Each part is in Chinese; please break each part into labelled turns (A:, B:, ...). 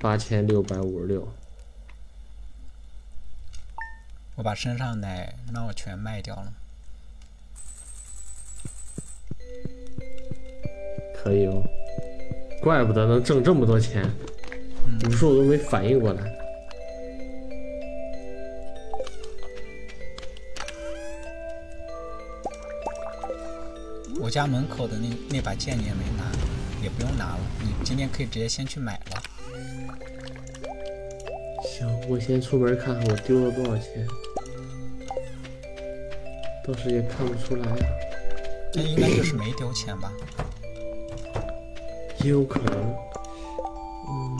A: 八千六百五十六。
B: 我把身上奶酪全卖掉了。
A: 可以哦，怪不得能挣这么多钱，武术我都没反应过来。
B: 我家门口的那那把剑你也没拿，也不用拿了，你今天可以直接先去买了。
A: 行，我先出门看看我丢了多少钱，倒是也看不出来啊，
B: 那应该就是没丢钱吧？
A: 也有可能。嗯，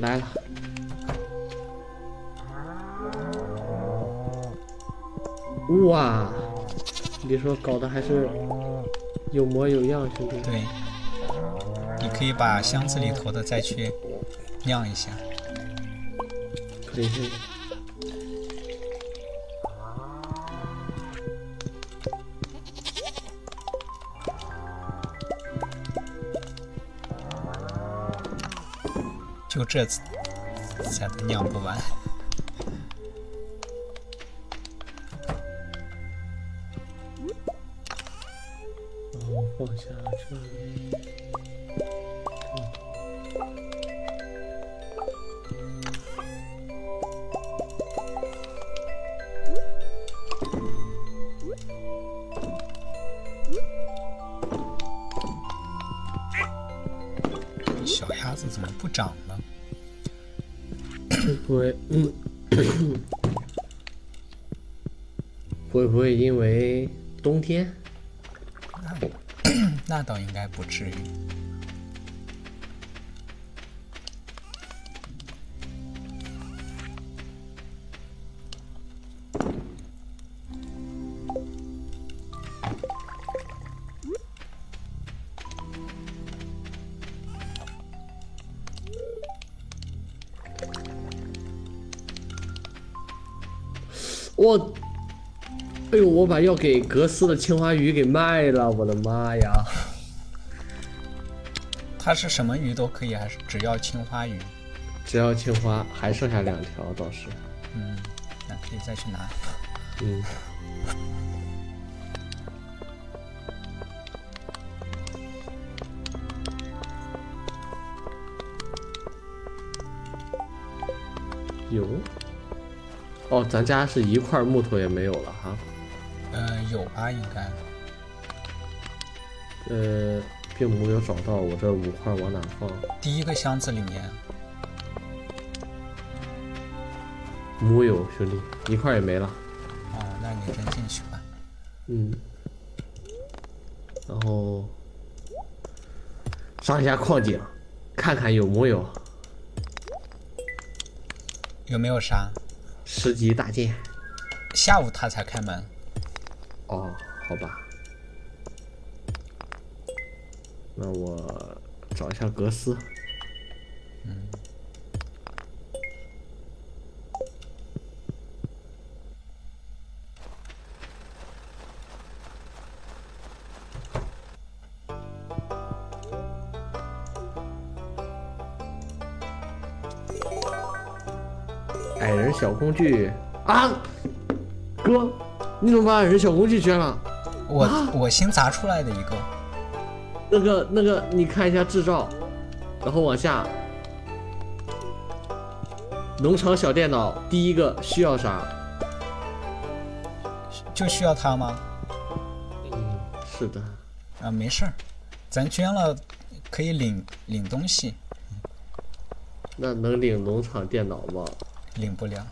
A: 来了，哇，别说搞得还是有模有样，兄弟。
B: 对，你可以把箱子里头的再去晾一下。
A: 可以可以。
B: 就这次才能酿不完。
A: 然后放嗯下这里。
B: 小鸭子怎么不长了？
A: 会不会，嗯，会不会因为冬天？
B: 那倒应该不至于。
A: 我，哎呦，我把要给格斯的青花鱼给卖了，我的妈呀！
B: 它是什么鱼都可以，还是只要青花鱼？
A: 只要青花，还剩下两条倒是。
B: 嗯，那可以再去拿。
A: 嗯，有。哦，咱家是一块木头也没有了哈。
B: 呃，有吧，应该。
A: 呃，并没有找到我这五块往哪放。
B: 第一个箱子里面，
A: 木有兄弟，一块也没了。
B: 哦，那你扔进去吧。
A: 嗯。然后上一下矿井，看看有木有
B: 有没有啥？
A: 十级大剑。
B: 下午他才开门。
A: 哦，好吧。那我找一下格斯。矮人小工具啊，哥，你怎么把矮人小工具捐了？
B: 我、我新砸出来的一个，
A: 那个那个，你看一下制造，然后往下，农场小电脑第一个需要啥？
B: 就需要它吗？
A: 嗯，是的，
B: 啊，没事儿，咱捐了可以领领东西，
A: 那能领农场电脑吗？
B: 领不了。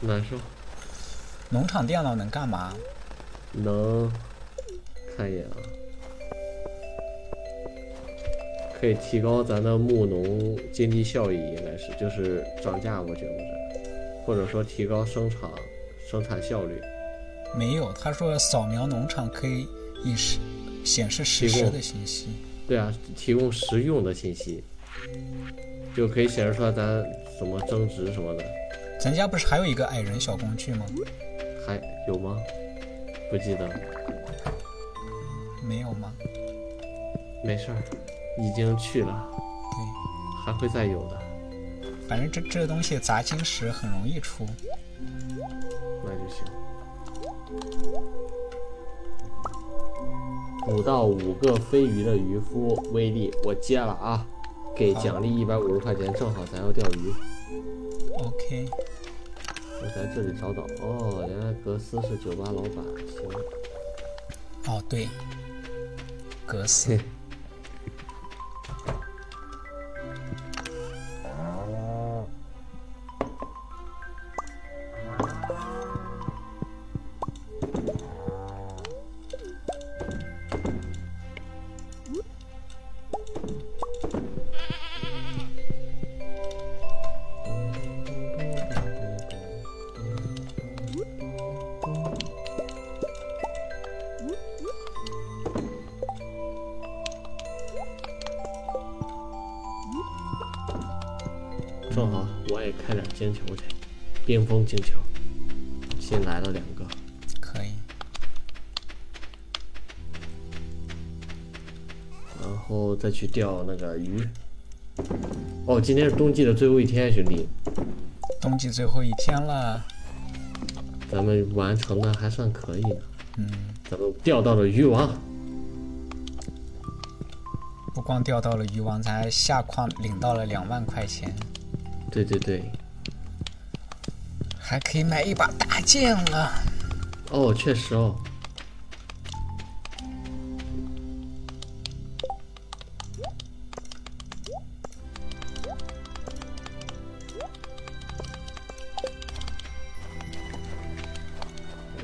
A: 难受，
B: 农场电脑能干嘛？
A: 能看一眼啊，可以提高咱的务农经济效益，应该是就是涨价，我觉得，或者说提高生产生产效率。
B: 没有，他说扫描农场可以以实显示实
A: 提
B: 时
A: 供
B: 的信息。
A: 对啊，提供实用的信息，就可以显示出来咱怎么增值什么的，
B: 咱家不是还有一个矮人小工具吗？
A: 还有吗？不记得了，
B: 没有吗？
A: 没事儿，已经去了，
B: 对，
A: 还会再有的，
B: 反正这这东西砸晶石很容易出。
A: 那就行。捕到五个飞鱼的渔夫威力，我接了啊，给
B: 好
A: 奖励一百五十块钱，正好咱要钓鱼。
B: OK，
A: 我在这里找找，哦，原来格斯是酒吧老板，行，
B: 哦对，格斯
A: 正好我也开点金球去，冰封金球，新来了两个，
B: 可以。
A: 然后再去钓那个鱼。哦，今天是冬季的最后一天，兄弟，
B: 冬季最后一天了，
A: 咱们完成的还算可以呢，
B: 嗯，
A: 咱们钓到了鱼王，
B: 不光钓到了渔王，咱还下矿领到了两万块钱，
A: 对对对，
B: 还可以买一把大剑啊了。
A: 哦，确实哦。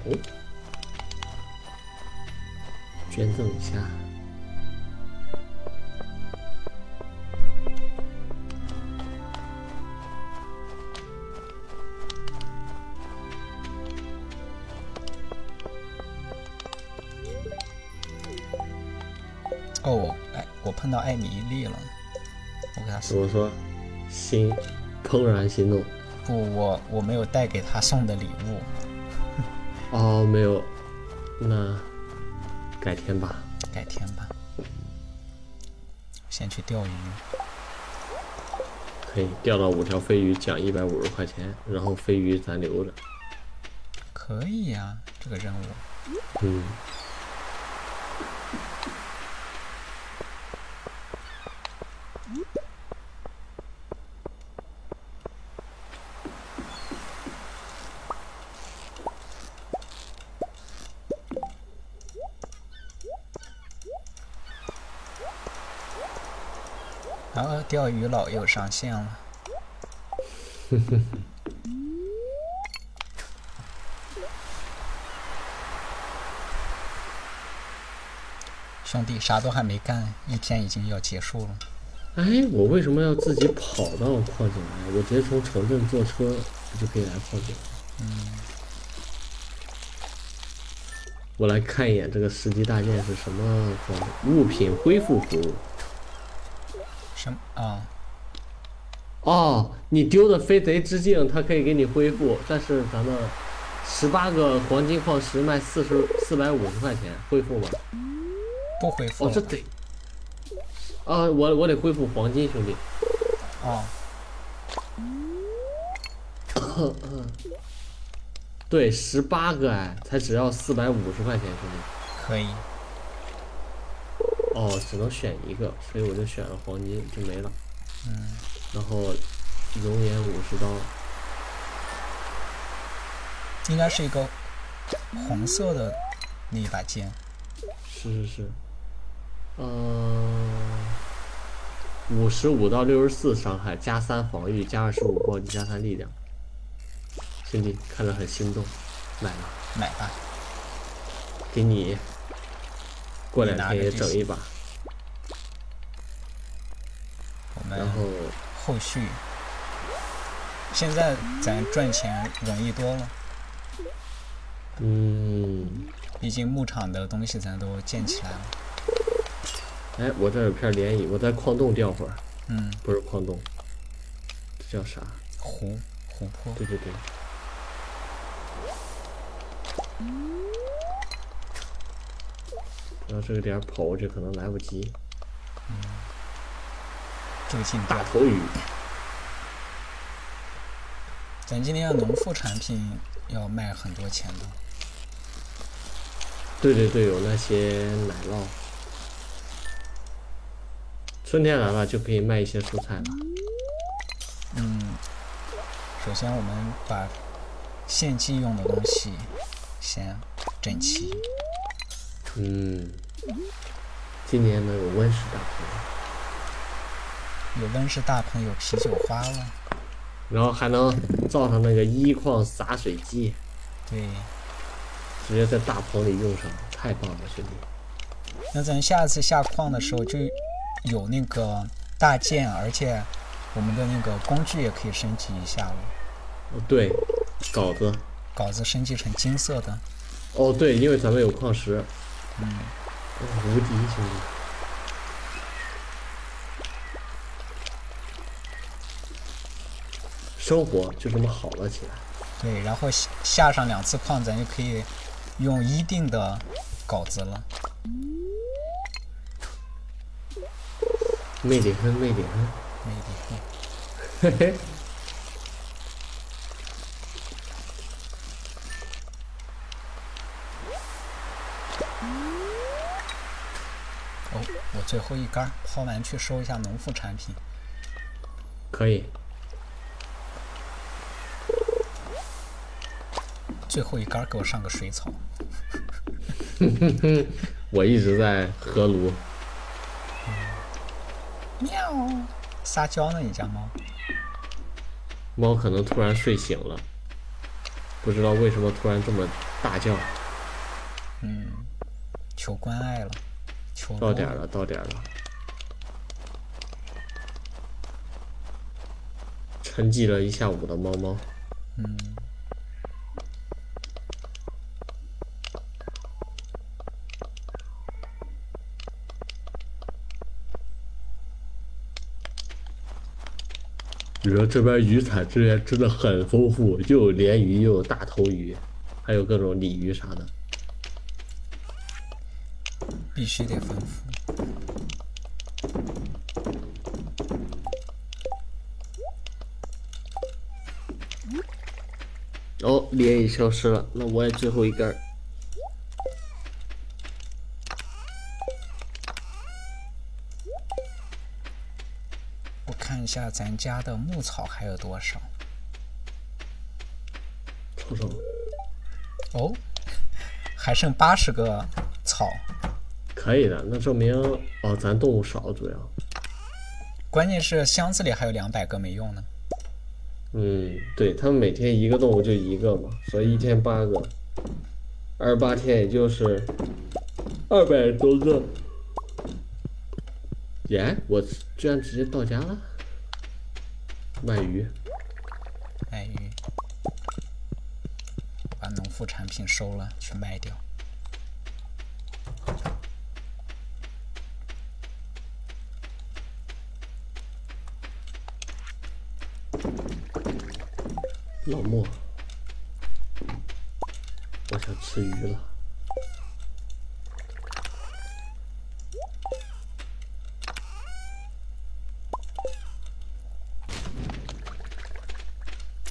A: 哦捐赠一下，
B: 哦，我哎，我碰到艾米丽了，我给她
A: 怎
B: 送
A: 么说？心怦然心动。
B: 不，我我没有带给她送的礼物，
A: 哦，没有，那改天吧。
B: 改天吧。先去钓鱼，
A: 可以钓到五条飞鱼，奖一百五十块钱，然后飞鱼咱留着。
B: 可以呀、这个任务。
A: 嗯，
B: 然后钓鱼佬又上线了，兄弟，啥都还没干，一天已经要结束了。
A: 哎，我为什么要自己跑到矿井来？我直接从城镇坐车不就可以来矿井了？我来看一眼这个十级大件是什么装备？物品恢复服务。
B: 什么啊？
A: 哦，你丢的飞贼之境，它可以给你恢复，但是咱们十八个黄金矿石卖四十四百五十块钱，恢复吗？
B: 不回复
A: 哦，
B: 了
A: 这得，啊，我我得恢复黄金，兄弟。
B: 哦，
A: 对，十八个哎，才只要四百五十块钱，兄弟。
B: 可以。
A: 哦，只能选一个，所以我就选了黄金，就没了。
B: 嗯，
A: 然后，熔岩五十刀，
B: 应该是一个红色的那一把剑。
A: 是是是，嗯，五十五到六十四伤害，加三防御，加二十五暴击，加三力量。兄弟，看着很心动，买了，
B: 买吧，
A: 给你，过
B: 你
A: 两
B: 拿
A: 天
B: 着
A: 也
B: 这
A: 整
B: 些
A: 一把，
B: 我
A: 然
B: 们
A: 后。
B: 后续。现在咱赚钱容易多了，
A: 嗯，
B: 毕竟牧场的东西咱都建起来了。
A: 哎，我这儿有片涟漪，我在矿洞钓会儿，
B: 嗯，
A: 不是矿洞，这叫啥？
B: 湖湖泊
A: 嗯对对对。到这个点儿跑过去可能来不及。
B: 就近
A: 大头鱼，
B: 咱今天的农副产品要卖很多钱的，
A: 对对对，有那些奶酪。春天来了就可以卖一些蔬菜了。
B: 嗯，首先我们把献祭用的东西先整齐。
A: 嗯，今年能有温室大棚，
B: 有温室大棚，有啤酒花了。
A: 然后还能造上那个一矿洒水机，
B: 对，
A: 直接在大棚里用上，太棒了，兄弟！
B: 那咱下次下矿的时候就有那个大件，而且我们的那个工具也可以升级一下了，
A: 哦，对，镐子。
B: 镐子升级成金色的。
A: 哦，对，因为咱们有矿石，
B: 嗯，
A: 哦无敌兄弟！生活就这么好了起来。
B: 对，然后下下上两次矿，咱就可以用一定的镐子了。
A: 魅力哼，魅力哼。
B: 魅力会
A: 嘿嘿，
B: 哦，我最后一杆儿抛完去收一下农副产品。
A: 可以，
B: 最后一杆儿给我上个水草。
A: 我一直在合炉。
B: 喵，撒娇呢，你家猫？
A: 猫可能突然睡醒了，不知道为什么突然这么大叫。
B: 嗯，求关爱了，求
A: 到
B: 撸
A: 点儿了，到点儿了。沉寂了一下午的猫猫，
B: 嗯，
A: 你说这边渔产资源真的很丰富，又有鲢鱼，又有大头鱼，还有各种鲤鱼啥的。
B: 必须得丰富。
A: 哦，鲢也消失了，那我也最后一根儿。
B: 我看一下咱家的牧草还有多少。
A: 瞅瞅，
B: 哦，还剩八十个草。
A: 可以的，那证明哦，咱动物少主要。
B: 关键是箱子里还有两百个没用呢。
A: 嗯，对，他们每天一个动物就一个嘛，所以一天八个，二十八天也就是二百多个。耶，我居然直接到家了。卖鱼，
B: 卖鱼，哎把农副产品收了去卖掉。
A: 老莫，我想吃鱼了。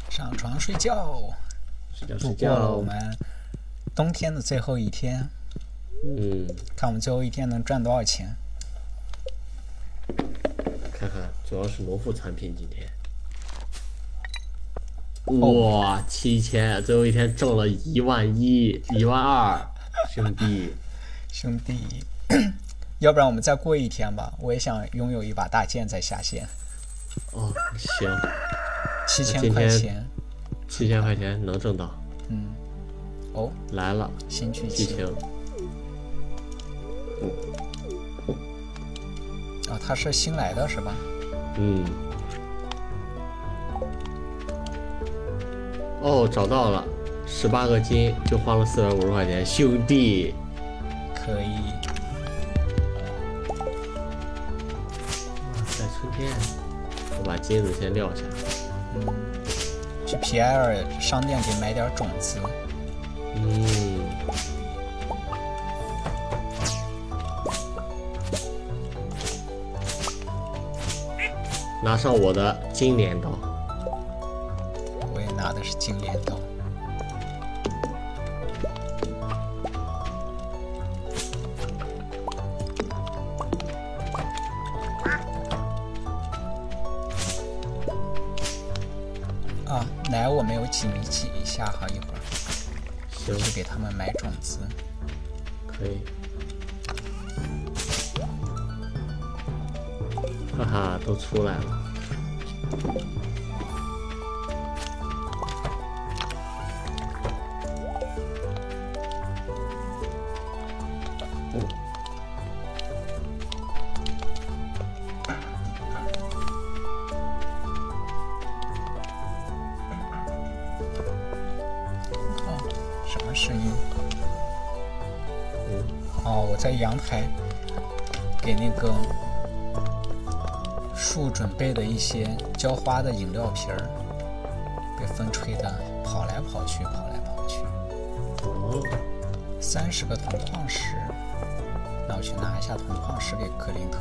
B: 上床睡觉，
A: 睡觉
B: 度
A: 睡
B: 过了
A: 觉
B: 我。们冬天的最后一天，
A: 嗯，
B: 看我们最后一天能赚多少钱。
A: 看看，主要是农副产品今天。
B: 哦
A: 哇，七千！最后一天挣了一万一、一万二，兄弟。
B: 兄弟， 要不然我们再过一天吧，我也想拥有一把大剑再下线，
A: 哦，行，
B: 七
A: 那
B: 千
A: 今
B: 块
A: 天
B: 钱，
A: 七千块钱能挣到，
B: 嗯，哦，
A: 来了，
B: 新剧
A: 激
B: 情
A: 情。
B: 啊，他是新来的是吧？
A: 嗯。哦，找到了，十八个金就花了四百五十块钱，兄弟，
B: 可以，
A: 哇塞，春天，我把金子先撂下。
B: 去皮埃尔商店给买点种子，
A: 嗯，拿上我的金镰刀。
B: 我也拿的是金镰刀。啊，奶我没有挤，你挤一下哈，一会儿
A: 行，
B: 去给他们买种子。
A: 可以。哈哈，都出来了。
B: 哦，什么声音？哦，我在阳台给那个树准备的一些浇花的饮料瓶儿，被风吹的跑来跑去，跑来跑去。
A: 哦，
B: 三十个铜矿石，那我去拿一下铜矿石给克林特。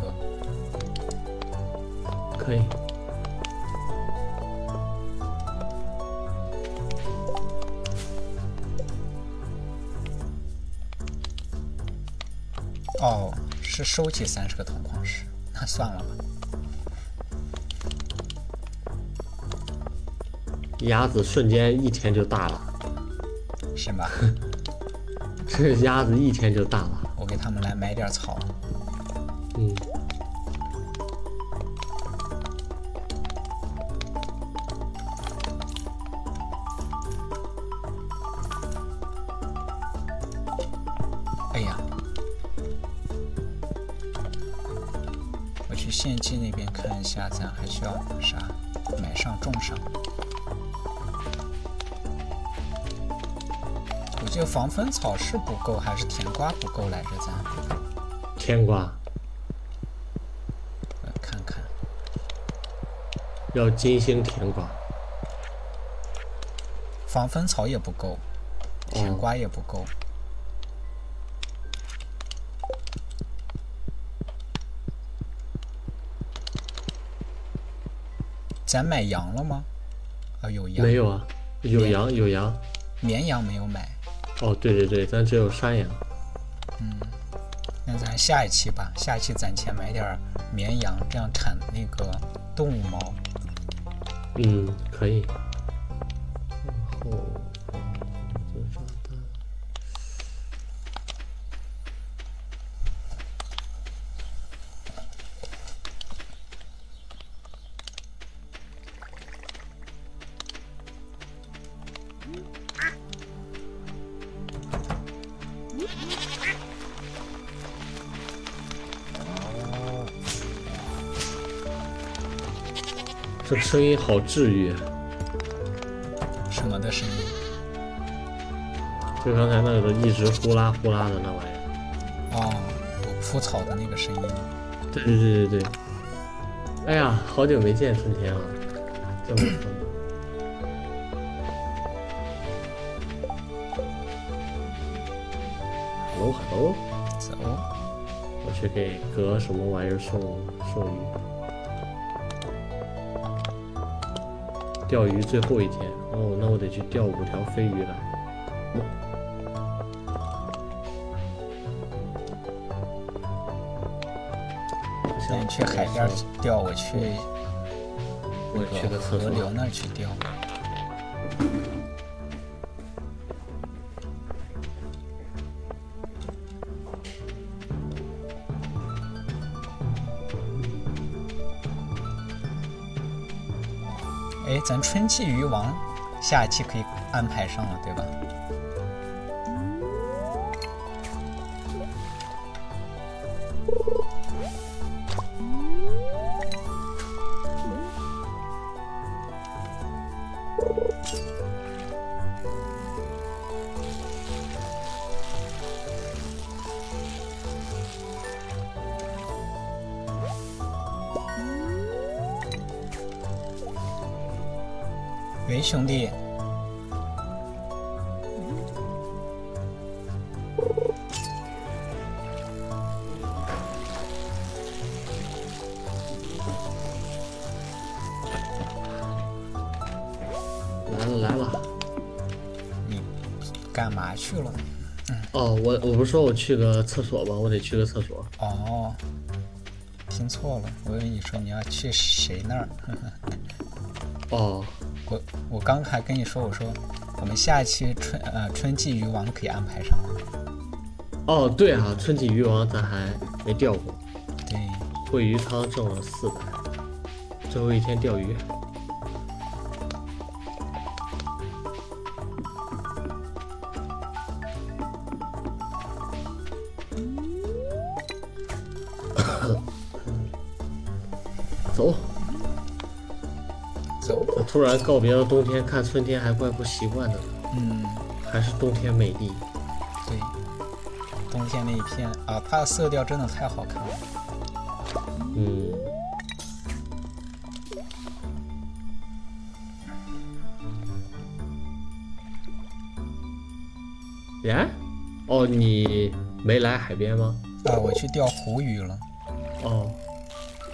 A: 可以。
B: 哦，是收集三十个铜矿石，那算了吧。
A: 鸭子瞬间一天就大了，
B: 是吧？
A: 这鸭子一天就大了。
B: 我给他们来买点草。
A: 嗯，
B: 哎呀，我去献祭那边看一下，咱还需要啥？买上种上。我记得防风草是不够，还是甜瓜不够来着？咱
A: 天瓜
B: 呃看看，
A: 要金星甜瓜。
B: 防风草也不够，甜
A: 哦
B: 瓜也不够。咱买羊了吗？啊，有羊。
A: 没有啊，有羊有羊。
B: 绵羊没有买，
A: 哦，对对对，咱只有山羊。
B: 那咱下一期吧，下一期攒钱买点儿绵羊，这样产那个动物毛。
A: 嗯，可以。然后，这炸弹。这声音好治愈，啊
B: 什么的声音？
A: 就刚才那个一直呼啦呼啦的那玩意儿。
B: 哦，我铺草的那个声音。
A: 对对对对对。哎呀，好久没见春天了，这么说。hello hello，
B: 走，
A: 我去给哥什么玩意儿送送鱼。钓鱼最后一天哦，那我得去钓五条飞鱼了。
B: 那你去海边儿去钓，我去
A: 我去个厕所。
B: 河流那儿去钓。哎，咱春季鱼王下一期可以安排上了，对吧？喂，兄弟。
A: 了来了。
B: 你干嘛去了？
A: 哦，我我不是说我去个厕所吗？我得去个厕所。
B: 哦，听错了，我以为你说你要去谁那儿。
A: 哦，
B: 我我刚还跟你说，我说我们下一期春呃春季渔王可以安排上了。
A: 哦，对啊，春季鱼王咱还没钓过，
B: 对，
A: 桂鱼汤挣了四百，最后一天钓鱼。 走，
B: 走。
A: 我突然告别了冬天，看春天还怪不习惯的呢，
B: 嗯，
A: 还是冬天美丽。
B: 对，冬天那一片啊，它的色调真的太好看了。
A: 嗯，耶？哦，你没来海边吗？
B: 啊，我去钓湖鱼了。
A: 哦，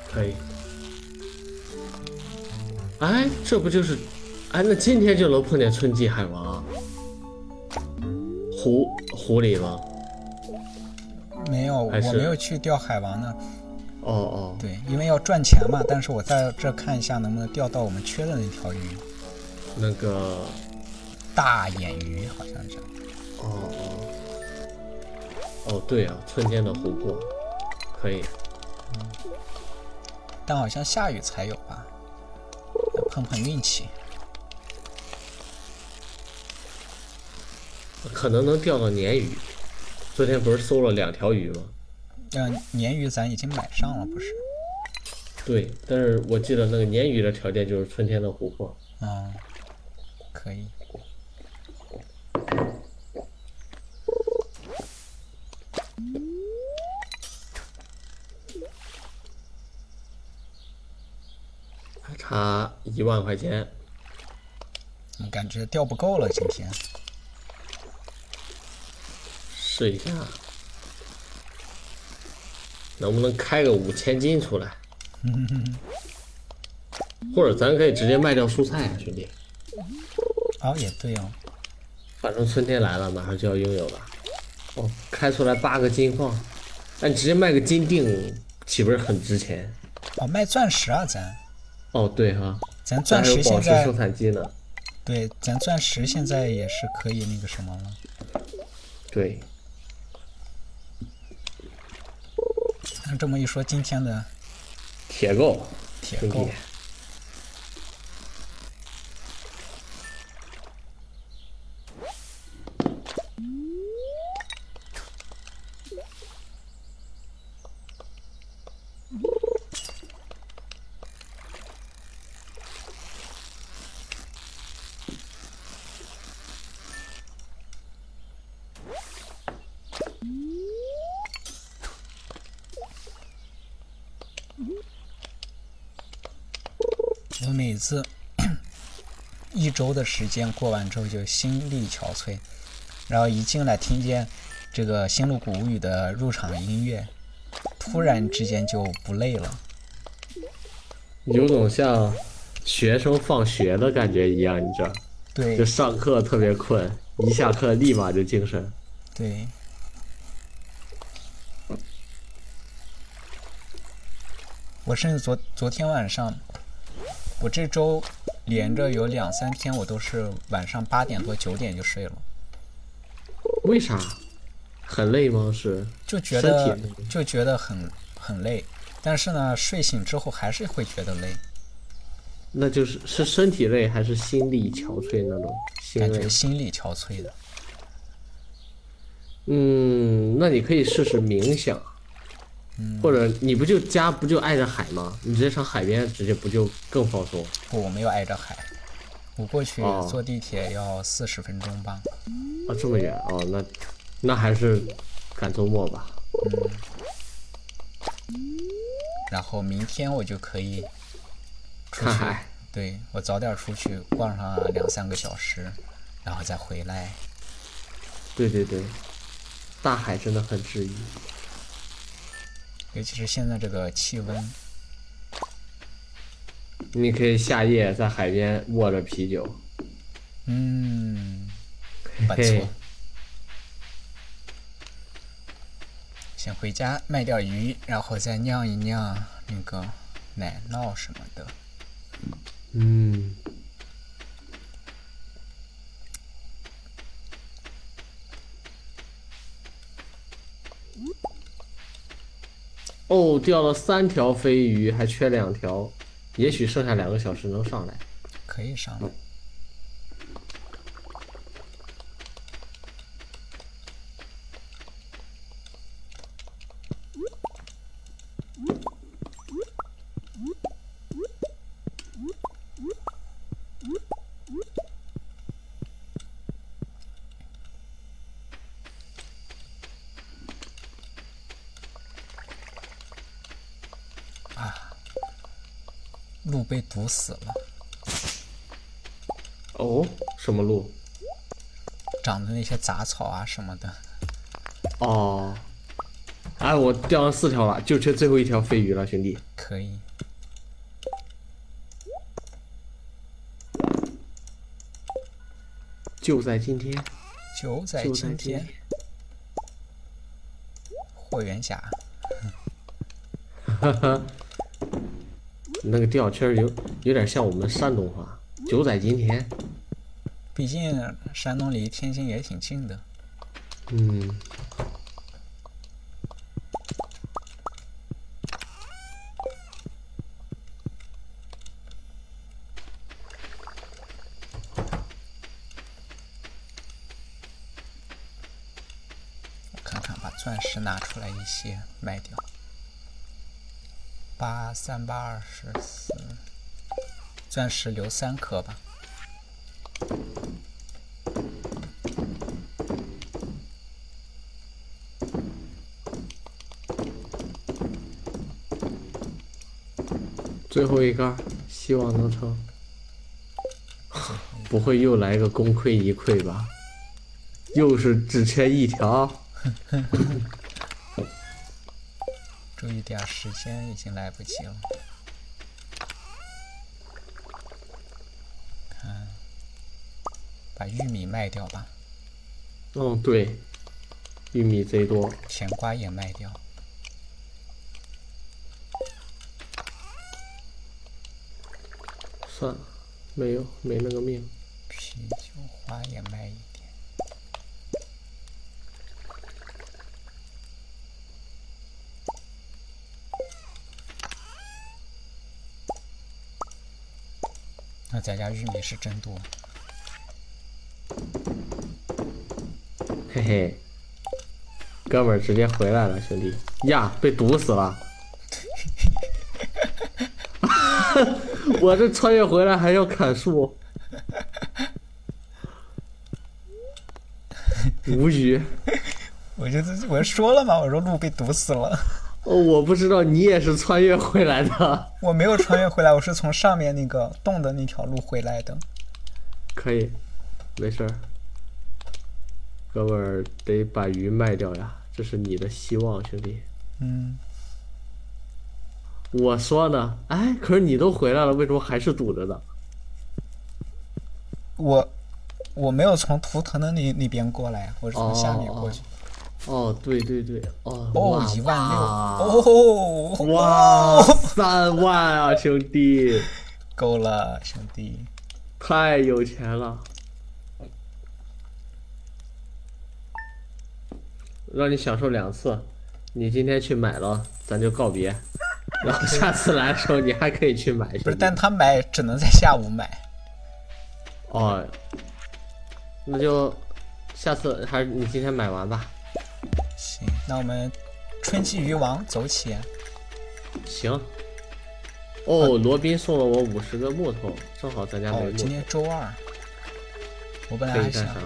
A: 可以。哎，这不就是？哎，那今天就能碰见春季海王啊？湖湖里吗？
B: 没有，
A: 还是
B: 我没有去钓海王呢。
A: 哦哦，
B: 对，因为要赚钱嘛。但是我在这看一下能不能钓到我们缺的那条鱼，
A: 那个，
B: 大眼鱼好像是。
A: 哦哦，哦对啊，春天的湖泊，可以。
B: 但好像下雨才有吧，碰碰运气。
A: 可能能钓到鲶鱼。昨天不是搜了两条鱼吗？
B: 嗯、鲶鱼咱已经买上了，不是？
A: 对，但是我记得那个鲶鱼的条件就是春天的湖泊。
B: 嗯，可以。
A: 还差一万块钱，
B: 我嗯感觉钓不够了，今天。
A: 试一下，能不能开个五千斤出 来？或者咱可以直接卖掉蔬菜啊，兄弟。
B: 哦，也对哦。
A: 反正春天来了，马上就要拥有了。哦，开出来八个金矿，那你直接卖个金锭，岂不是很值钱？
B: 哦，卖钻石啊，咱
A: 哦，对哈、
B: 咱
A: 咱
B: 钻
A: 还有
B: 石
A: 宝
B: 现
A: 石
B: 在
A: 生产机呢。
B: 对，咱钻石现在也是可以那个什么了。
A: 对，
B: 那这么一说，今天的
A: 铁够，
B: 铁
A: 兄
B: 够
A: 弟。
B: 我每次 一周的时间过完之后就心力憔悴，然后一进来听见这个《星露谷物语》的入场音乐，突然之间就不累了。
A: 有种像学生放学的感觉一样，你知道，
B: 对
A: 就上课特别困，一下课立马就精神。
B: 对，我甚至昨昨天晚上，我这周连着有两三天我都是晚上八点多九点就睡了。
A: 为啥？很累吗？是
B: 就觉
A: 身
B: 得
A: 体累
B: 就觉得很很累，但是呢，睡醒之后还是会觉得累，
A: 那就是是身体累还是心力憔悴那种？心
B: 感
A: 累
B: 觉。心力憔悴的。
A: 嗯，那你可以试试冥想，或者你不就家不就挨着海吗？你直接上海边，直接不就更放松？
B: 不，我没有挨着海，我过去
A: 哦
B: 坐地铁要四十分钟吧。
A: 啊，这么远哦，那那还是赶周末吧。
B: 然后明天我就可以出
A: 看
B: 去
A: 海，
B: 对我早点出去逛上两三个小时，然后再回来。
A: 对对对，大海真的很治愈。
B: 尤其是现在这个气温，
A: 你可以夏夜在海边握着啤酒，
B: 嗯，不
A: 嘿嘿
B: 错。先回家卖掉鱼，然后再酿一酿那个奶酪什么的。
A: 嗯，哦，钓了三条飞鱼，还缺两条，也许剩下两个小时能上来。
B: 可以上来。啊，路被堵死了。
A: 哦，什么路？
B: 长的那些杂草啊什么的。
A: 哦，哎，我钓了四条了，就缺最后一条飞鱼了，兄弟。
B: 可以。
A: 就在今天，
B: 九在
A: 就在
B: 今
A: 今
B: 天
A: 天，。
B: 霍元甲，
A: 那个调确实有有点像我们山东话。九载今天，
B: 毕竟山东离天津也挺近的。
A: 嗯，
B: 我看看，把钻石拿出来一些卖掉。八三八二十四，钻石留三颗吧。
A: 最后一杆，希望能成。不会又来个功亏一篑吧？又是只缺一条。
B: 注意点儿，时间已经来不及了。看，把玉米卖掉吧，
A: 嗯，对，玉米贼多。
B: 甜瓜也卖掉。
A: 算了，没有，没那个命。
B: 啤酒花也卖一点。那咱家玉米是真多，
A: 嘿嘿，哥们儿直接回来了，兄弟呀，被毒死了！ 我这穿越回来还要砍树，无语。
B: 我就自己我说了嘛，我说路被堵死了，
A: 哦，我不知道你也是穿越回来的，
B: 我没有穿越回来，我是从上面那个洞的那条路回来的。
A: 可以，没事儿。哥们儿得把鱼卖掉呀，这是你的希望，兄弟。
B: 嗯，
A: 我说呢，哎，可是你都回来了，为什么还是堵着呢？
B: 我我没有从图腾的那那边过来呀，我是从下面过去。
A: 哦，对对对，哦，
B: 哦
A: 哇，
B: 一万六，
A: 哇
B: 哦，
A: 哇，三万啊，兄弟，
B: 够了，兄弟。
A: 太有钱了！让你享受两次，你今天去买了，咱就告 别，然后下次来的时候你还可以去买。
B: 不
A: 兄
B: 是，
A: 弟
B: 但他买只能在下午买。
A: 哦，那就下次还是你今天买完吧。
B: 行，那我们春季鱼王走起。啊
A: 行。哦，罗宾送了我五十个木头，正好咱家没
B: 哦，
A: 木头
B: 今，天周二，我本来
A: 可以
B: 还
A: 干
B: 想
A: 啥？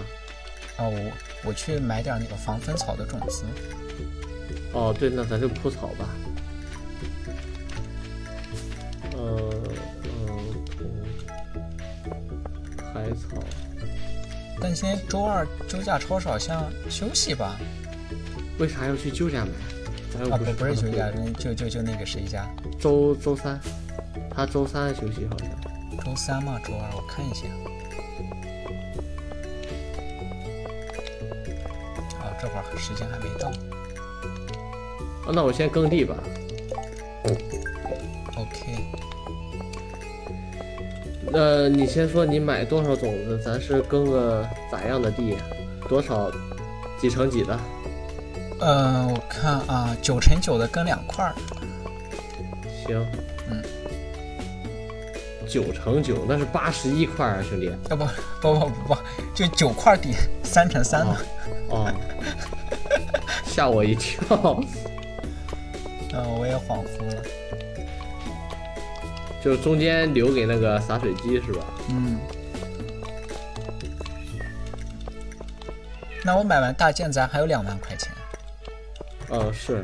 B: 哦，我我去买点那个防风草的种子。
A: 哦，对，那咱就铺草吧。呃，嗯，铺海草。
B: 但今天周二休假超市好像休息吧？
A: 为啥要去旧家买？咱
B: 啊，
A: 又
B: 不
A: 是
B: 不是
A: 长
B: 休
A: 途
B: 假，就就就那个谁家，
A: 周周三，他周三休息好像。啊
B: 周三嘛，周二我看一下。这会儿时间还没到。
A: 啊，那我先耕地吧。
B: OK，
A: 那你先说你买多少种子？咱是耕个咋样的地？啊多少几乘几的？
B: 呃，我看啊，九乘九的跟两块儿，
A: 行，
B: 嗯，
A: 九乘九那是八十一块啊，兄弟。
B: 要呃不 不不不不，就九块地，三乘三嘛。
A: 哦，吓我一跳，
B: 嗯、我也恍惚了。
A: 就是中间留给那个洒水机是吧？
B: 嗯。那我买完大件，咱还有两万块钱。
A: 嗯，是，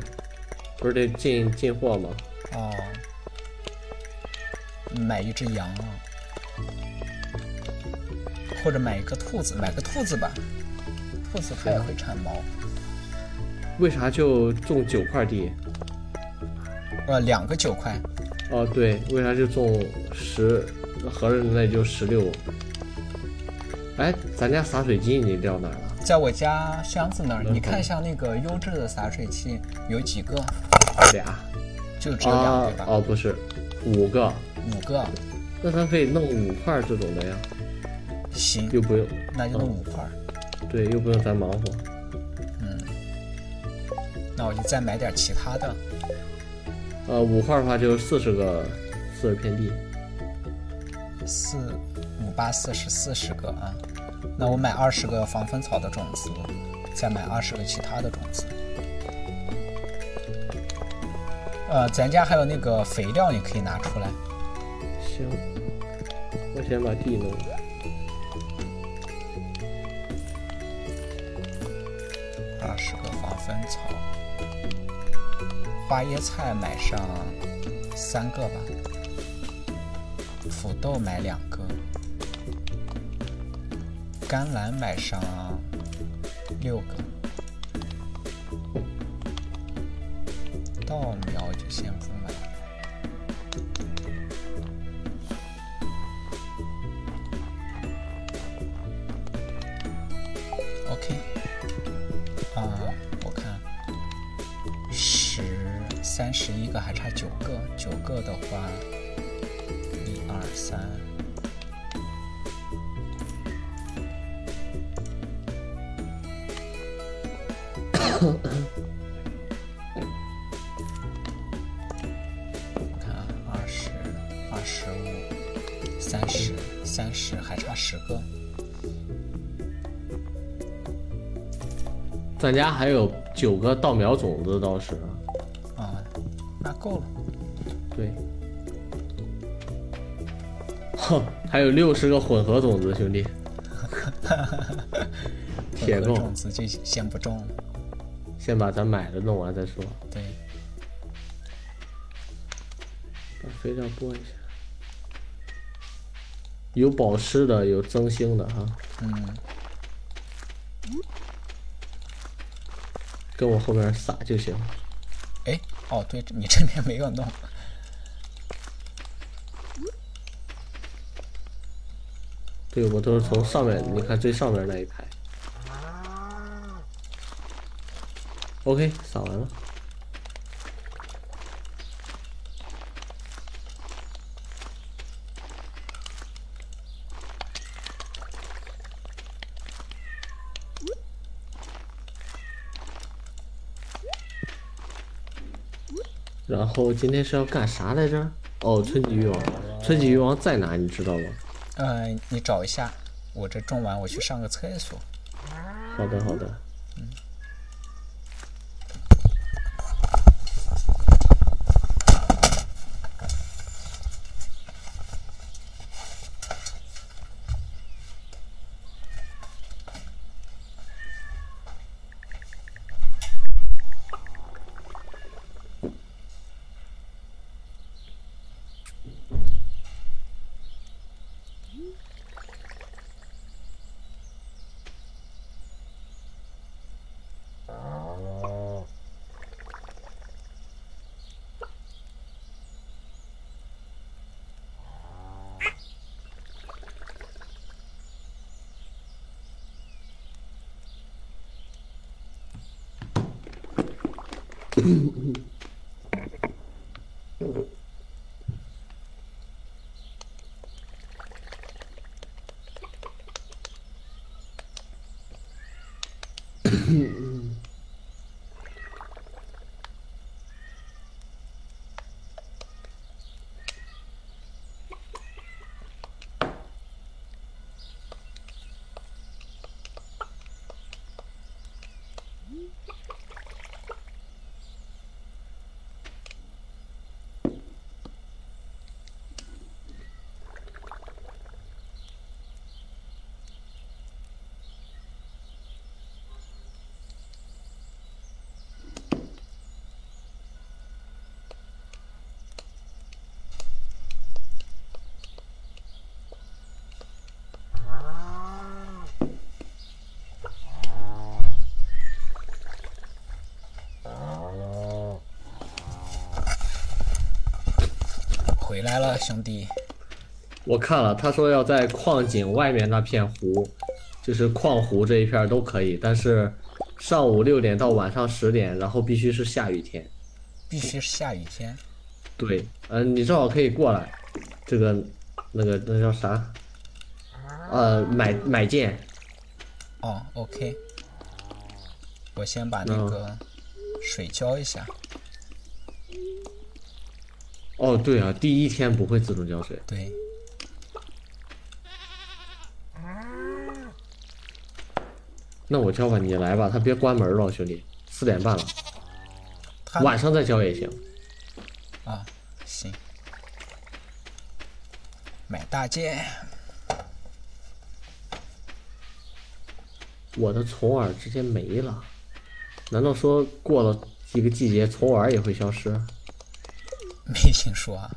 A: 不是得进进货吗？
B: 哦，买一只羊啊，或者买一个兔子，买个兔子吧，兔子它也会产毛。
A: 为啥就种九块地？
B: 呃，两个九块，
A: 哦，呃对，为啥就种十？合着那也就十六。哎，咱家洒水机你撂哪儿了？
B: 在我家箱子那儿，
A: 嗯
B: 你看一下那个优质的洒水器有几个？
A: 俩
B: 就只有两
A: 啊
B: 个？吧，
A: 哦，不是，五个。
B: 五个，
A: 那咱可以弄五块儿这种的呀，
B: 行，
A: 又不用，
B: 那
A: 嗯
B: 就弄五块儿。
A: 对，又不用咱忙活。
B: 嗯，那我就再买点其他的。
A: 呃，五块儿的话就是四十个四十片地。
B: 四五八四十四十个啊，那我买二十个防风草的种子，再买二十个其他的种子。呃，咱家还有那个肥料，你可以拿出来。
A: 行，我先把地弄了。
B: 二十个防风草，花椰菜买上三个吧，土豆买两个，甘蓝买上六个，稻苗就先不买了。OK，啊、我看十三十一个还差九个，九个的话，一二三，我看啊，二十、二十五、三十、三十，还差十个。
A: 咱家还有九个稻苗种子，倒是。
B: 啊，那够了。
A: 对。哼，还有六十个混合种子， 兄弟。铁
B: 混合
A: 够，
B: 种子就先不种了。
A: 先把咱买的弄完再说。
B: 对，
A: 把肥料拨一下。有保湿的，有增星的哈。
B: 嗯，
A: 跟我后边撒就行。
B: 哎，哦，对你这边没有弄。
A: 对，我都是从上面，你看最上面那一排。OK，撒完了。然后今天是要干啥来着？哦，春季鱼王，春季鱼王在哪？你知道吗？
B: 呃，你找一下，我这种完我去上个厕所。
A: 好的，好的。
B: 回来了，兄弟。
A: 我看了，他说要在矿井外面那片湖，就是矿湖这一片儿都可以，但是上午六点到晚上十点，然后必须是下雨天。
B: 必须是下雨天。
A: 对，呃，你正好可以过来，这个那个那叫啥？呃，买买件，
B: 哦，OK。我先把那
A: 嗯
B: 个水浇一下。
A: 哦，对啊，第一天不会自动浇水。
B: 对，
A: 那我浇吧，你来吧，他别关门了，兄弟，四点半了，
B: 它
A: 晚上再浇也行。
B: 啊，行。买大件，
A: 我的虫儿直接没了，难道说过了几个季节虫儿也会消失？
B: 没听说啊，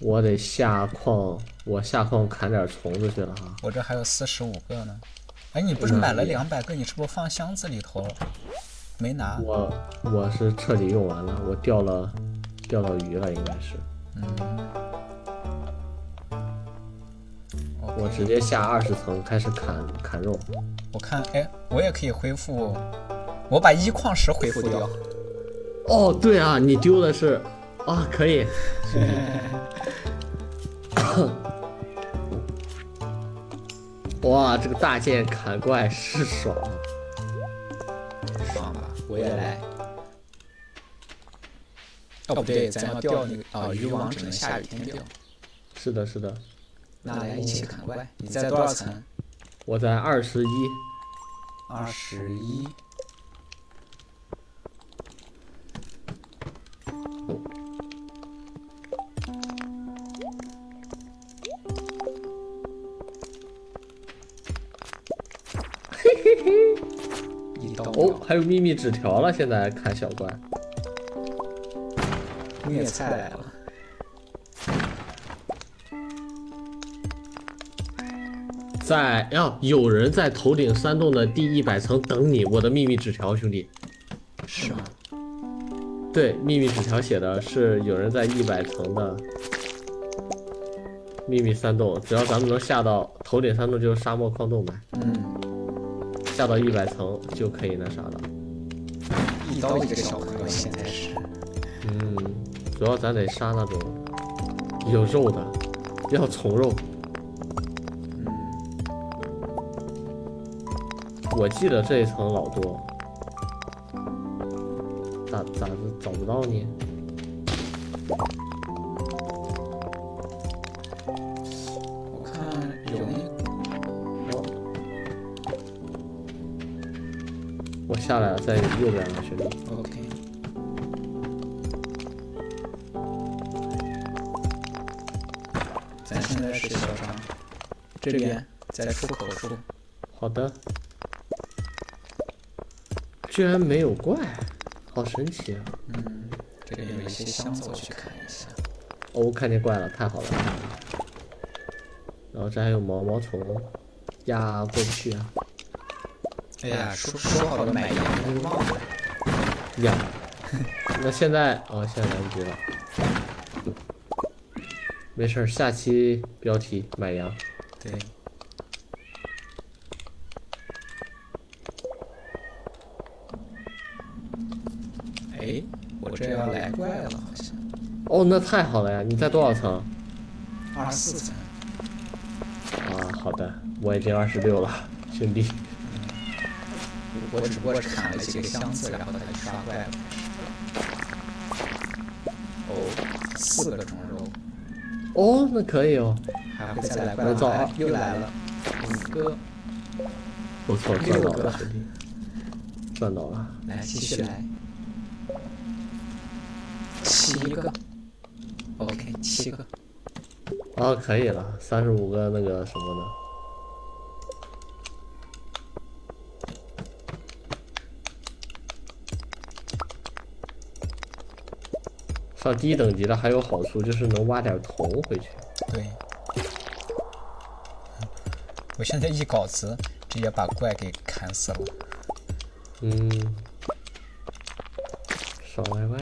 A: 我得下矿，我下矿砍点虫子去了啊哈。
B: 我这还有四十五个呢。哎，你不是
A: 那
B: 买了
A: 也
B: 两百个，你是不是放箱子里头了？没拿。
A: 我我是彻底用完了，我钓了钓到鱼了，应该是。嗯
B: OK
A: 我直接下二十层开始砍砍肉。
B: 我看，哎，我也可以恢复，我把一矿石恢复掉。
A: 哦，对啊，你丢的是啊，可 以。哇，这个大剑砍怪是爽啊！
B: 爽吧，我也来。哦，不对，咱要钓那个啊，渔网只能下雨天钓。
A: 是的，是的，
B: 那来一起砍怪，你在多少层？
A: 我在二十一。
B: 二十一。 一刀
A: 哦，还有秘密纸条了，现在砍小怪。
B: 虐菜来了。
A: 在呀、有人在头顶山洞的第一百层等你，我的秘密纸条，兄弟。
B: 是吗？
A: 对，秘密纸条写的是有人在一百层的秘密山洞，只要咱们能下到头顶山洞，就是沙漠矿洞呗。
B: 嗯，
A: 下到一百层就可以那啥了。
B: 一刀一个小朋友，现在是
A: 嗯，主要咱得杀那种有肉的，要虫肉。嗯我记得这一层老多，咋咋找不到呢？
B: 我看有那
A: 我下来了，在右边了，兄弟。
B: OK，咱现在是小张，这边在出口处，
A: 好的，居然没有怪，好神奇啊！
B: 嗯，这边有一些箱子，我去看一下。
A: 哦，我看见怪了，太好了。然后这还有毛毛虫，呀，过不去啊，
B: 哎呀，说说好的买羊就忘了，
A: 呀。那现在，哦，现在来不及了。没事儿，下期标题买羊。
B: 对，哎，这要来怪了，好像
A: 哦，那太好了呀！你在多少层？
B: 二十四层。
A: 啊，好的，我已经二十六了，兄弟。
B: 我只不过是砍了几个箱子，然后他就刷怪了。哦，四个钟肉，
A: 哦，那可以哦，
B: 还会再来怪
A: 我走
B: 了
A: 啊，
B: 又来了，五个，
A: 不错，赚到了，兄弟，赚到了。
B: 来继续来，七个，OK，七个，
A: 啊，可以了，三十五个那个什么呢？上低等级了还有好处，就是能挖点铜回去。
B: 对。嗯我现在一稿子，直接把怪给砍死了。
A: 嗯，爽歪歪，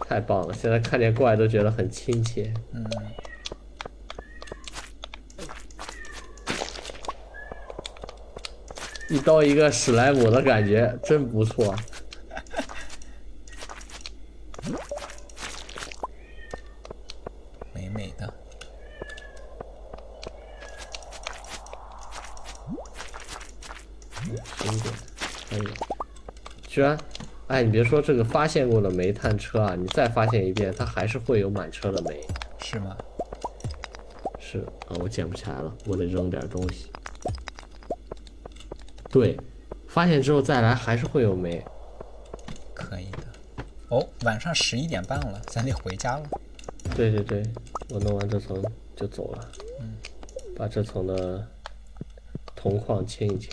A: 太棒了！现在看见怪都觉得很亲切。
B: 嗯，
A: 一刀一个史莱姆的感觉真不错。
B: 美美的。
A: 经典，可以。居然，哎，你别说这个发现过的煤炭车啊，你再发现一遍，它还是会有满车的煤。
B: 是吗？
A: 是啊，我捡不起来了，我得扔点东西。对，发现之后再来还是会有煤。
B: 可以的。哦，晚上十一点半了，咱得回家了。
A: 对对对，我弄完这层就走了。把这层的铜矿清一清。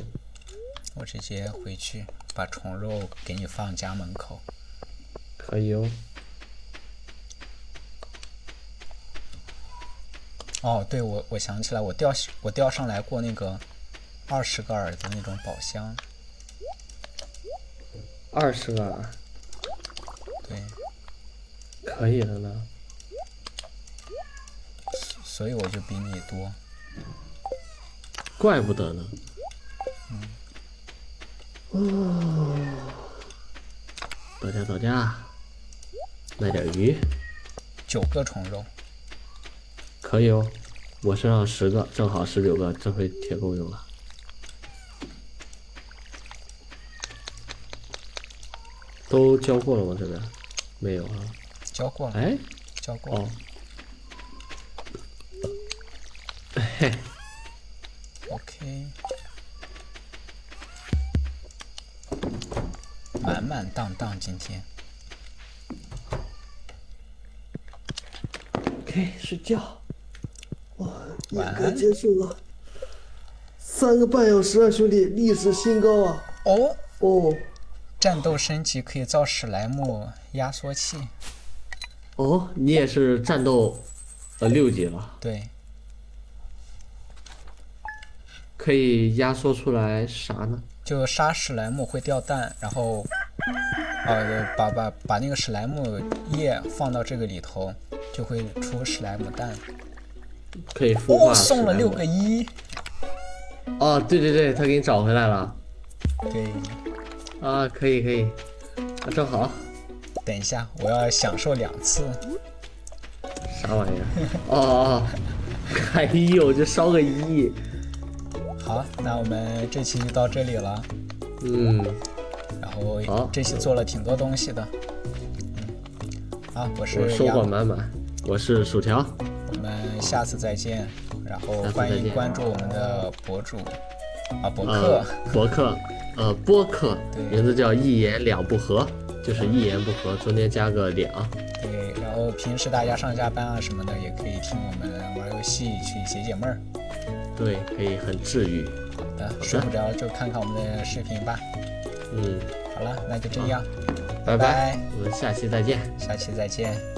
B: 我直接回去把虫肉给你放家门口。
A: 可以哦，
B: 哦，对，我我想起来，我钓我钓上来过那个二十个饵的那种宝箱。
A: 二十个啊，
B: 对，
A: 可以了呢。
B: 所以我就比你多。
A: 怪不得呢。哦，到家到家，卖点鱼
B: 九个虫肉，
A: 可以哦。我身上十个，正好十九个，这回铁够用了。都交过了吗？这边没有啊。
B: 交过了，
A: 哎，
B: 交过了。
A: 哦，
B: OK，满满当当今天。
A: 可以睡觉。哦
B: 晚安。
A: 束了，三个半小时啊，兄弟，历史新高啊！
B: 哦。
A: 哦
B: 战斗升级可以造史莱姆压缩器，
A: 哦，你也是战斗，呃，六级了。
B: 对，
A: 可以压缩出来啥呢？
B: 就杀史莱姆会掉蛋，然后，呃，把把把那个史莱姆液放到这个里头，就会出史莱姆蛋。
A: 可以孵化史莱
B: 哦，送
A: 姆。
B: 了六个一，
A: 哦，对对对，他给你找回来了。
B: 对，
A: 啊，可以可以，啊，正好，
B: 等一下，我要享受两次。
A: 啥玩意儿？ 哦哦，还有就烧个一，
B: 好，那我们这期就到这里了。
A: 嗯，
B: 然后
A: 好
B: 这期做了挺多东西的，嗯，好，我
A: 我
B: 是
A: 收
B: 杨
A: 获满满。我是薯条，
B: 我们下次再见，然后
A: 下次
B: 欢
A: 再
B: 迎
A: 见
B: 关注我们的博主啊博
A: 呃
B: 客，，
A: 博客，呃，播客
B: 对，
A: 名字叫一言两不合，就是一言不合，中间加个两。
B: 对，然后平时大家上下班啊什么的也可以听我们玩游戏去解解闷儿。
A: 对，可以很治愈。
B: 好的，睡不着就看看我们的视频吧。
A: 嗯，
B: 好了，那就这样，
A: 拜
B: 拜，
A: 我们下期再见。
B: 下期再见。